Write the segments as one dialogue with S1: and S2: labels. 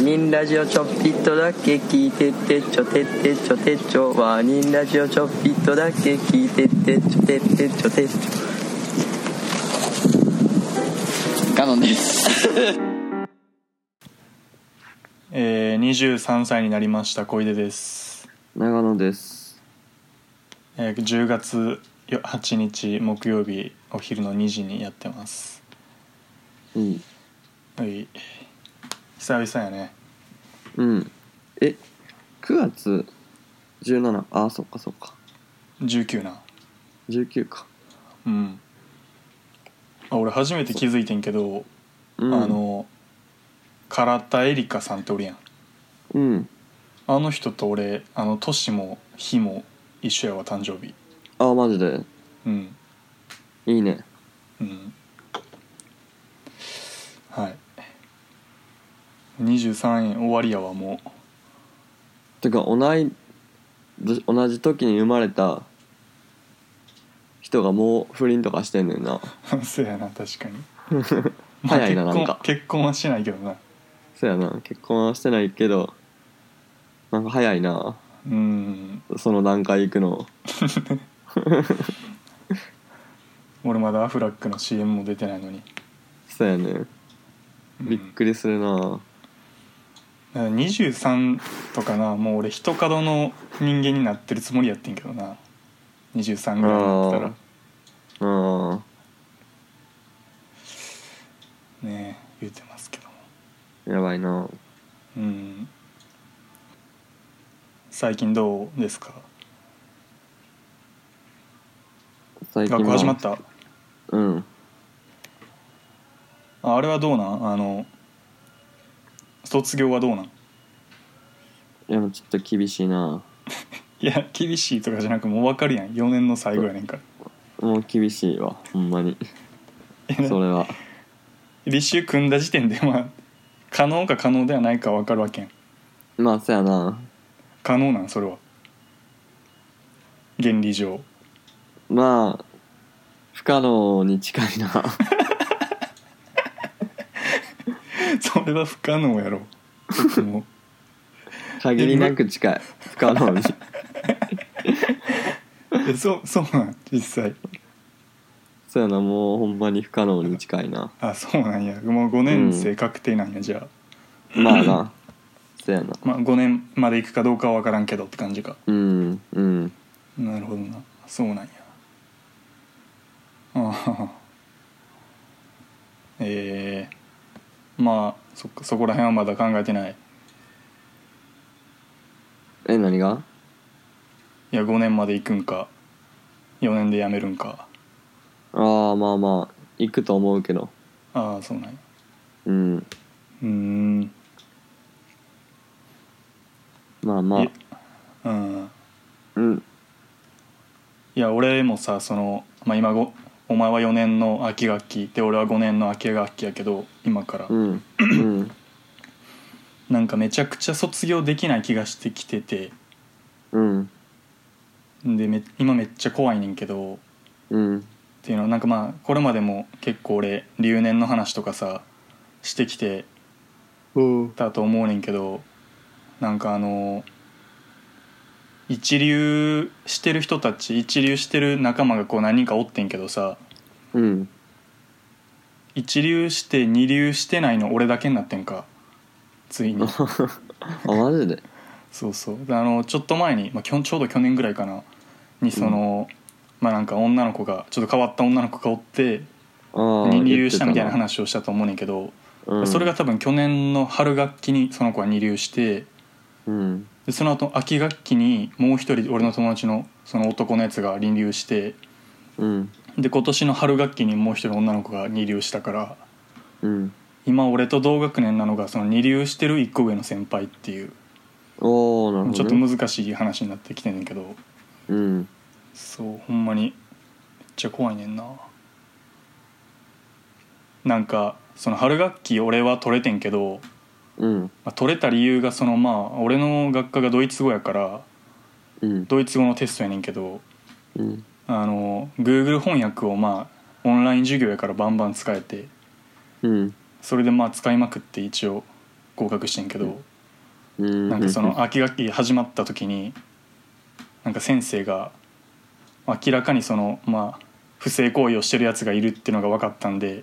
S1: 人ラジオちょっぴっとだけ聞いてってちょてってちょてちょワーニンラジオちょっぴっとだけ聞いてってちょてってちょてちょ
S2: ガノンです
S3: えー、23歳になりました小出です、
S1: 長野です
S3: えー、10月8日木曜日お昼の2時にやってます
S1: うん
S3: はい久々やね
S1: うんえ9月17あそっかそっか
S3: 19な
S1: 19か
S3: うんあ俺初めて気づいてんけど、
S1: うん
S3: あの唐田エリカさんっておるやん
S1: うん
S3: あの人と俺あの年も日も一緒やわ誕生日
S1: あマジで
S3: うん
S1: いいね
S3: うんはい23円終わりやわもう
S1: てか同い年同じ時に生まれた人がもう不倫とかしてんねんな
S3: そう やな確かに
S1: 早いな
S3: まあ
S1: なんか
S3: 結婚結婚はしないけどな
S1: そやな結婚はしてないけどなんか早いな
S3: うん
S1: その段階行くの
S3: 俺まだアフラックの CM も出てないのに、
S1: そやね
S3: うん
S1: びっくりするな
S3: だから23とかなもう俺一角の人間になってるつもりやってんけどな23ぐらいになってた
S1: あ
S3: ら
S1: うん、
S3: ねえ言うてますけども
S1: やばいな
S3: うん最近どうですか
S1: 最近
S3: 学校始まった
S1: たうん
S3: ああれはどうなんあの卒業はどうなん
S1: いやもうちょっと厳しいない
S3: や厳しいとかじゃなくもう分かるやん4年の最後やねんから
S1: もう厳しいわほんま にそれは
S3: 立秋組んだ時点でまあ可能か可能ではないか分かるわけやん
S1: まあそやな
S3: 可能なんそれは原理上
S1: まあ不可能に近い な
S3: それは不可能やろ僕も
S1: 限りなく近い不可能に
S3: えそうそうなん実際
S1: そやなもうほんまに不可能に近いな
S3: あそうなんやもう5年生確定なんや、じゃ
S1: まあなそやな
S3: あまあ5年まで行くかどうかは分からんけどって感じか
S1: うんうん
S3: なるほどなそうなんやああええまあそっかそこら辺はまだ考えてない
S1: え何が
S3: いや5年まで行くんか4年で辞めるんか
S1: ああまあまあ行くと思うけど
S3: ああそうなんや
S1: うん
S3: うーん
S1: まあまあ
S3: いうん
S1: うん
S3: いや俺もさその、まあ、今ごお前は4年の秋学期で俺は5年の秋学期やけど今から、
S1: うんうん
S3: なんかめちゃくちゃ卒業できない気がしてきてて
S1: うん
S3: でめ今めっちゃ怖いねんけど
S1: うん
S3: っていうのはなんかまあこれまでも結構俺留年の話とかさしてきて
S1: うん
S3: たと思うねんけどなんかあの一流してる人たち一流してる仲間がこう何人かおってんけどさ
S1: うん
S3: 一流して二流してないの俺だけになってんかつい に
S1: あマジで
S3: そうそうであのちょっと前に、まあ、きょんちょうど去年ぐらいかなにその、まあなんか女の子がちょっと変わった女の子がおって
S1: ああ
S3: 二流したみたいな話をしたと思うねんけど
S1: うん
S3: それが多分去年の春学期にその子は二流して
S1: うん
S3: でその後秋学期にもう一人俺の友達のその男のやつが輪流して
S1: うん
S3: で今年の春学期にもう一人女の子が二流したから
S1: うん
S3: 今俺と同学年なのがその二流してる一個上の先輩っていう
S1: おおなるほど、ね、
S3: ちょっと難しい話になってきてんねんけど
S1: うん
S3: そうほんまにめっちゃ怖いねんななんかその春学期俺は取れてんけど
S1: うん
S3: まあ、取れた理由がそのまあ俺の学科がドイツ語やから
S1: うん
S3: ドイツ語のテストやねんけど
S1: うん
S3: あの Google 翻訳をまあオンライン授業やからバンバン使えて
S1: うん
S3: それでまあ使いまくって一応合格してんけど、
S1: うん
S3: なんかその秋学期始まった時になんか先生が明らかにそのまあ不正行為をしてるやつがいるっていうのが分かったんで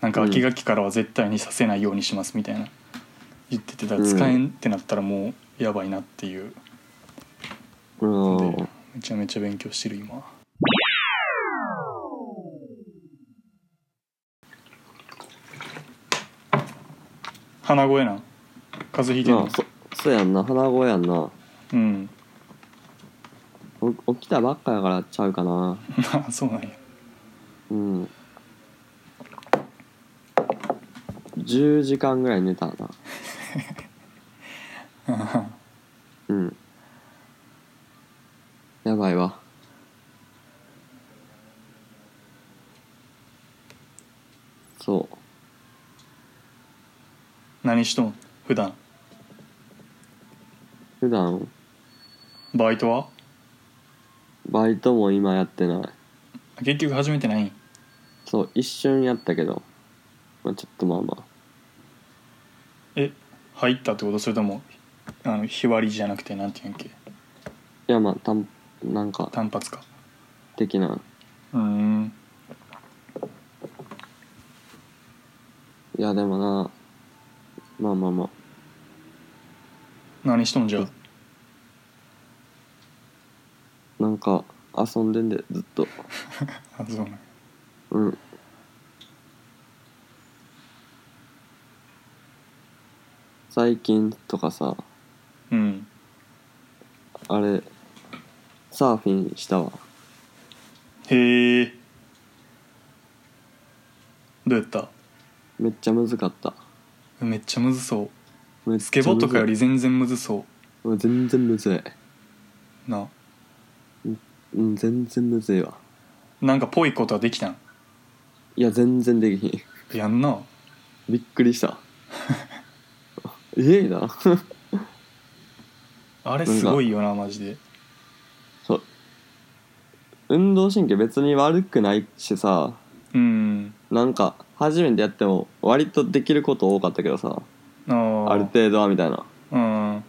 S3: なんか秋学期からは絶対にさせないようにしますみたいな言っててたら使えんってなったらもうやばいなっていう
S1: うん
S3: でめちゃめちゃ勉強してる今鼻声なん風邪ひいてん
S1: な
S3: の
S1: あそそうやんな鼻声やんな
S3: うん
S1: お起きたばっかやからちゃうかな
S3: まあそうなんや
S1: うん10時間ぐらい寝たなうんやばいわそう
S3: 何しとん普段
S1: 普段
S3: バイトは
S1: バイトも今やってない
S3: 結局始めてないん
S1: そう一瞬やったけど、まあ、ちょっとまあまあ
S3: え入ったってことそれともあの日割りじゃなくてなんていうんやっけ
S1: いやまあたんなんか
S3: 単発か
S1: 的な
S3: うーん
S1: いやでもなまあまあまあ
S3: 何しとんじゃ
S1: なんか遊んでんでずっと
S3: あそうなんや
S1: うん最近とかさ
S3: うん
S1: あれサーフィンしたわ
S3: へえどうやった
S1: めっちゃむずかった
S3: めっちゃむずそう
S1: めっちゃむずい
S3: スケボーとかより全然むずそ
S1: うん全然むず
S3: うない
S1: うん全然むずいわ
S3: なんかぽいことはできたん
S1: いや全然できひん
S3: やんな
S1: びっくりした ええな
S3: あれすごいよなマジで
S1: そう運動神経別に悪くないしさ
S3: うん
S1: なんか初めてやっても割とできること多かったけどさ
S3: ああ
S1: ある程度はみたいな
S3: うん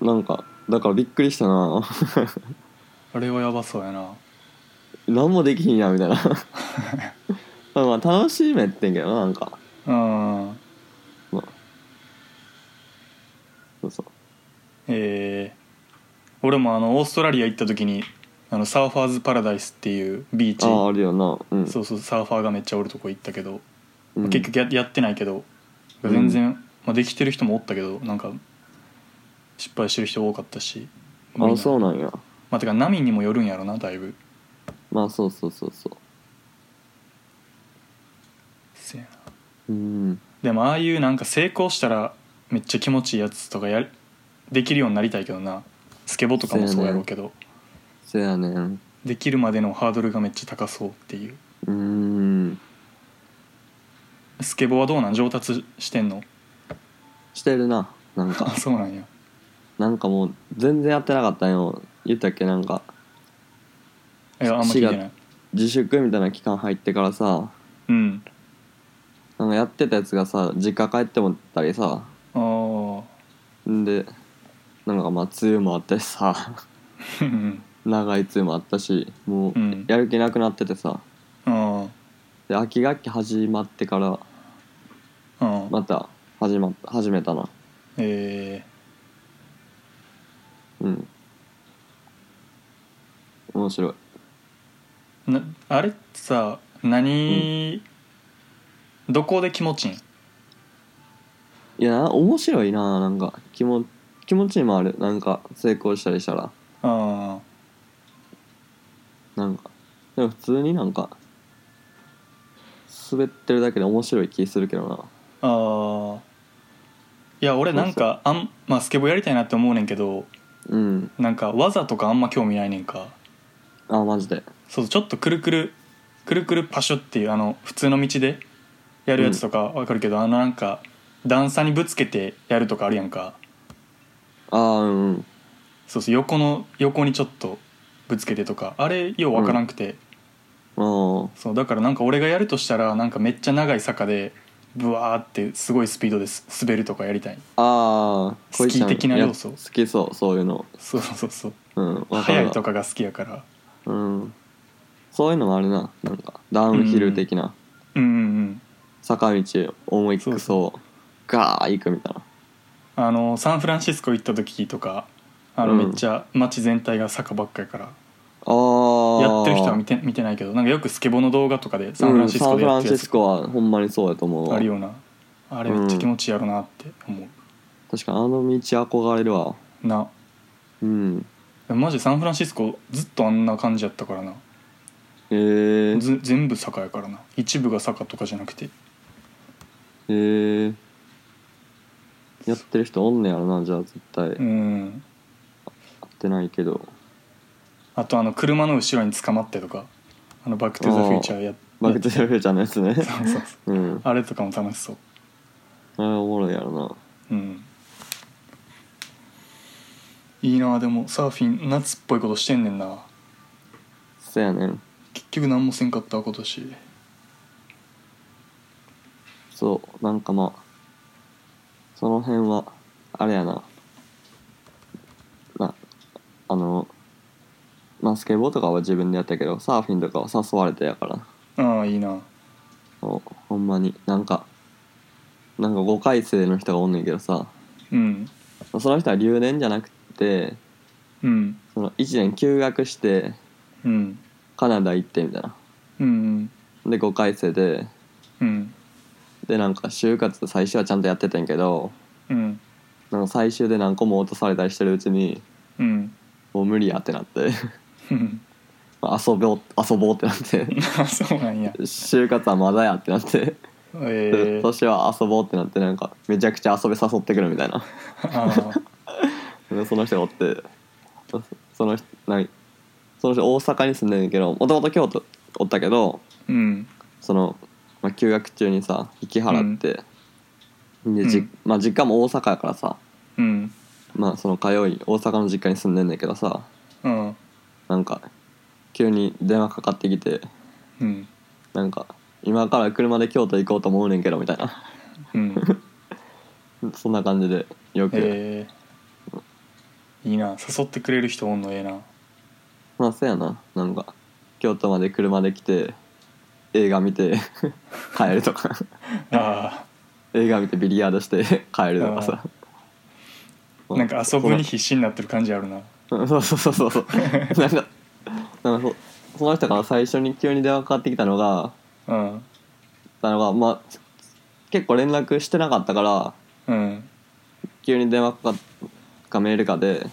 S1: なんかだからびっくりしたな
S3: あれはやばそうやな
S1: 何もできひんやみ たいなまあ楽しめってんけどななんか
S3: うん
S1: まあそうそう
S3: えー、俺もあのオーストラリア行った時にあのサーファーズパラダイスっていうビーチ
S1: あああるよなうん
S3: そうそうサーファーがめっちゃおるとこ行ったけど、
S1: うん
S3: 結局ややってないけど
S1: うん
S3: 全然、まあ、できてる人もおったけどなんか失敗してる人多かったし
S1: あそうなんや
S3: まあてか波にもよるんやろなだいぶ
S1: まあそうそうそうそ
S3: せやな
S1: ううん
S3: でもああいうなんか成功したらめっちゃ気持ちいいやつとかやるできるようになりたいけどなスケボーとかもそうやろうけど
S1: そやねん
S3: できるまでのハードルがめっちゃ高そうっていう
S1: うーん
S3: スケボーはどうなん上達してん の
S1: してるななん
S3: あ
S1: か
S3: そうなんや
S1: なんかもう全然やってなかったんよ言ったっけなんか
S3: いやあんま聞いてない
S1: 自粛みたいな期間入ってからさ
S3: うん
S1: なんかやってたやつがさ実家帰ってもったりさ
S3: ああ
S1: んでなんかまあ梅雨もあったしさ
S3: うん
S1: 長い梅雨もあったしもう
S3: うん
S1: やる気なくなっててさ
S3: あ
S1: で秋学期始まってから
S3: あああ
S1: また始まった始めたな
S3: え
S1: うん面白い
S3: ーなあれってさ何、どこで気持ちいいん
S1: いや面白いななんか気も気持ちにもあるなんか成功したりしたら
S3: あ
S1: なんかでも普通になんか滑ってるだけで面白い気するけどな
S3: ああーいや俺なんかあん、まあ、スケボーやりたいなって思うねんけど
S1: うん
S3: なんか技とかあんま興味ないねんか
S1: あマジで
S3: そうちょっとくるくるくるくるパシュっていうあの普通の道でやるやつとかわかるけど、あのなんか段差にぶつけてやるとかあるやんか
S1: ああうん
S3: そうそう横の横にちょっとぶつけてとかあれようわからんくて、
S1: うんあ
S3: そうだからなんか俺がやるとしたらなんかめっちゃ長い坂でブワーってすごいスピードです滑るとかやりたい
S1: ああ
S3: スキー的な要素
S1: 好きそうそういうの
S3: そうそうそう
S1: うんわかる
S3: 速いとかが好きやから
S1: うんそういうのもあるななんかダウンヒル的な、
S3: うんうんうん
S1: 坂道思いっくそうガー行くみたいな
S3: あのサンフランシスコ行った時とかあの
S1: うん
S3: めっちゃ街全体が坂ばっかやから、
S1: あー
S3: やってる人は見て見てないけどなんかよくスケボーの動画とかでサンフランシス
S1: う
S3: コ
S1: ん
S3: で
S1: サ
S3: やっ
S1: ン
S3: て
S1: フラン
S3: る
S1: シ
S3: やつ
S1: スコはほんまにそうやと思うわ
S3: あるようなあれめっちゃ気持ちいいやろなって思
S1: 確かにあの道憧れるわ
S3: うな
S1: うん
S3: でもマジサンフランシスコずっとあんな感じやったからな
S1: えー、
S3: ず全部坂やからな一部が坂とかじゃなくて
S1: えー、やってる人おんねやろなじゃあ絶対
S3: う
S1: 会っ
S3: ん
S1: てないけど
S3: あとあの車の後ろに捕まってとかあのバック・トゥ・ザ・フューチャーや
S1: バック・トゥ・
S3: や
S1: ザ・フューチャーのやつね
S3: そうそうそう
S1: うんあ
S3: あれとかも楽しそう
S1: れおもろいやろな
S3: うんいいなでもサーフィン夏っぽいことしてんねんな
S1: そやねん
S3: 結局何もせんかった今年
S1: そうなんかまあその辺はあれやななあのまあスケボーとかは自分でやったけどサーフィンとかは誘われてやから
S3: ああいいな
S1: そうほんまになんかなんか5回生の人がおんねんけどさ
S3: うん
S1: その人は留年じゃなくて
S3: うん
S1: その1年休学して
S3: うん
S1: カナダ行ってみたいな
S3: うん
S1: で5回生で
S3: うん
S1: でなんか就活最初はちゃんとやってたんやけど
S3: うん
S1: なんか最終で何個も落とされたりしてるうちに
S3: うん
S1: もう無理やってなって
S3: うん
S1: まあ遊ぼう遊ぼうってなって
S3: あそうなんや
S1: 就活はまだやってなって、
S3: ええー、
S1: 年は遊ぼうってなってなんかめちゃくちゃ遊び誘ってくるみたいな
S3: あ
S1: その人がおってその人何その人大阪に住んでんねんけどもともと京都おったけど
S3: うん
S1: その、まあ、休学中にさ引き払って、でじ、
S3: うん
S1: まあ、実家も大阪やからさ
S3: うん
S1: まあその通い大阪の実家に住んでんねんけどさ
S3: うん
S1: なんか急に電話かかってきて
S3: うん
S1: なんか今から車で京都行こうと思うねんけどみたいな。
S3: うん
S1: そんな感じでよく、
S3: ええー、いいな誘ってくれる人おんのええな
S1: まあそうやななんか京都まで車で来て映画見て 帰るとか
S3: あ
S1: 映画見てビリヤードして 帰るとかさ
S3: あなんか遊ぶに必死になってる感じあるな
S1: うん そうそうそうそう そうなんかなんかそその人から最初に急に電話かかってきたのが
S3: うん
S1: たのがまあ結構連絡してなかったから
S3: うん
S1: 急に電話かかかメールかで、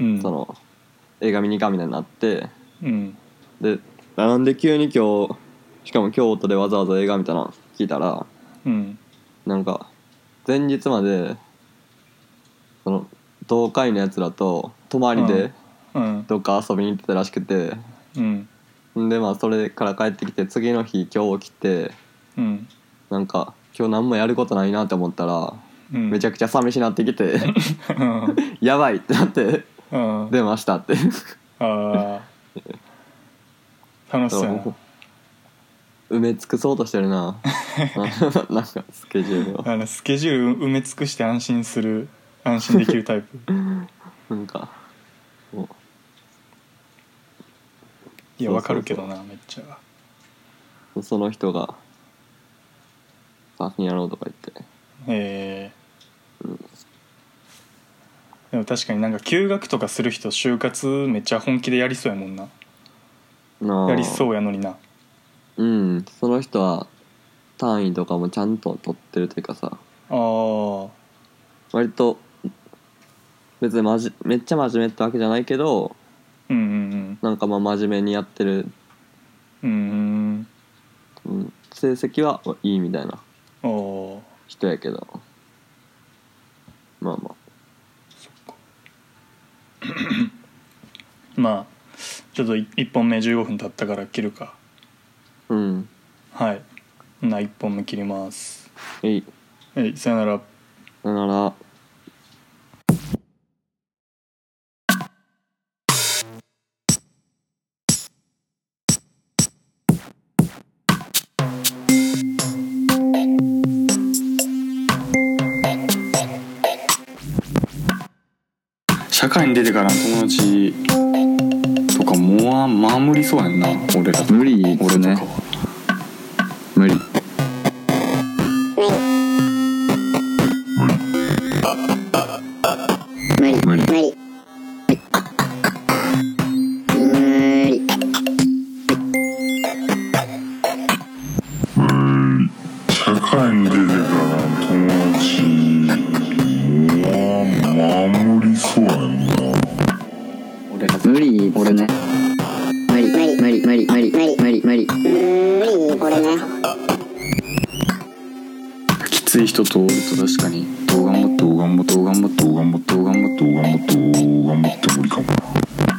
S3: うん
S1: その映画見に行かみたいになって
S3: うん
S1: でなんで急に今日しかも京都でわざわざ映画みたいなの聞いたら
S3: うん
S1: なんか前日までその同会のやつらと泊まり
S3: う
S1: で
S3: んうん
S1: どっか遊びに行ってたらしくて、
S3: うん
S1: ん、でまあそれから帰ってきて次の日今日起きて
S3: うん
S1: なんか今日何もやることないなって思ったら
S3: うん
S1: めちゃくちゃ寂しなってきて、
S3: うん
S1: やばいってなって
S3: うん
S1: 出ましたって
S3: ああ楽しそうやな
S1: 埋め尽くそうとしてる な なんかスケジュールを
S3: あのスケジュール埋め尽くして安心する安心できるタ イプ
S1: なんかもう
S3: い
S1: そうそうそ
S3: や
S1: う
S3: わかるけどなめっちゃ
S1: その人が「サーフィンやろう」とか言って
S3: えーでも確かになんか休学とかする人就活めっちゃ本気でやりそうやもんな
S1: なあ
S3: やりそうやのにな
S1: うんその人は単位とかもちゃんと取ってるというかさ
S3: あー
S1: 割と別にまじめっちゃ真面目ってわけじゃないけど
S3: うんうん
S1: なんかまあ真面目にやってる、
S3: うんうん
S1: うん、成績はいいみたいな
S3: うんおー
S1: 人やけどまあま
S3: まあちょっと1本目15分経ったから切るか
S1: あうん
S3: はいほな1本目切ります
S1: えい
S3: えいさよなら
S1: さよなら
S4: 社会に出てからの友達とかもうまあ無理そうやんな俺ら
S2: 無理で
S4: 俺
S2: す
S4: とか
S2: ね
S4: は
S2: 無理無理
S5: 無理無理無理
S6: 社会に出てからの友達は守りそうやんな
S2: 俺ら無理ですね
S5: 無理無理無理無理無理無理無理無理無理これね
S4: きつい人とおると確かに
S6: どう頑張ってもどう頑張ってもどう頑張ってもどう頑張ってもどう頑張っても無理かもな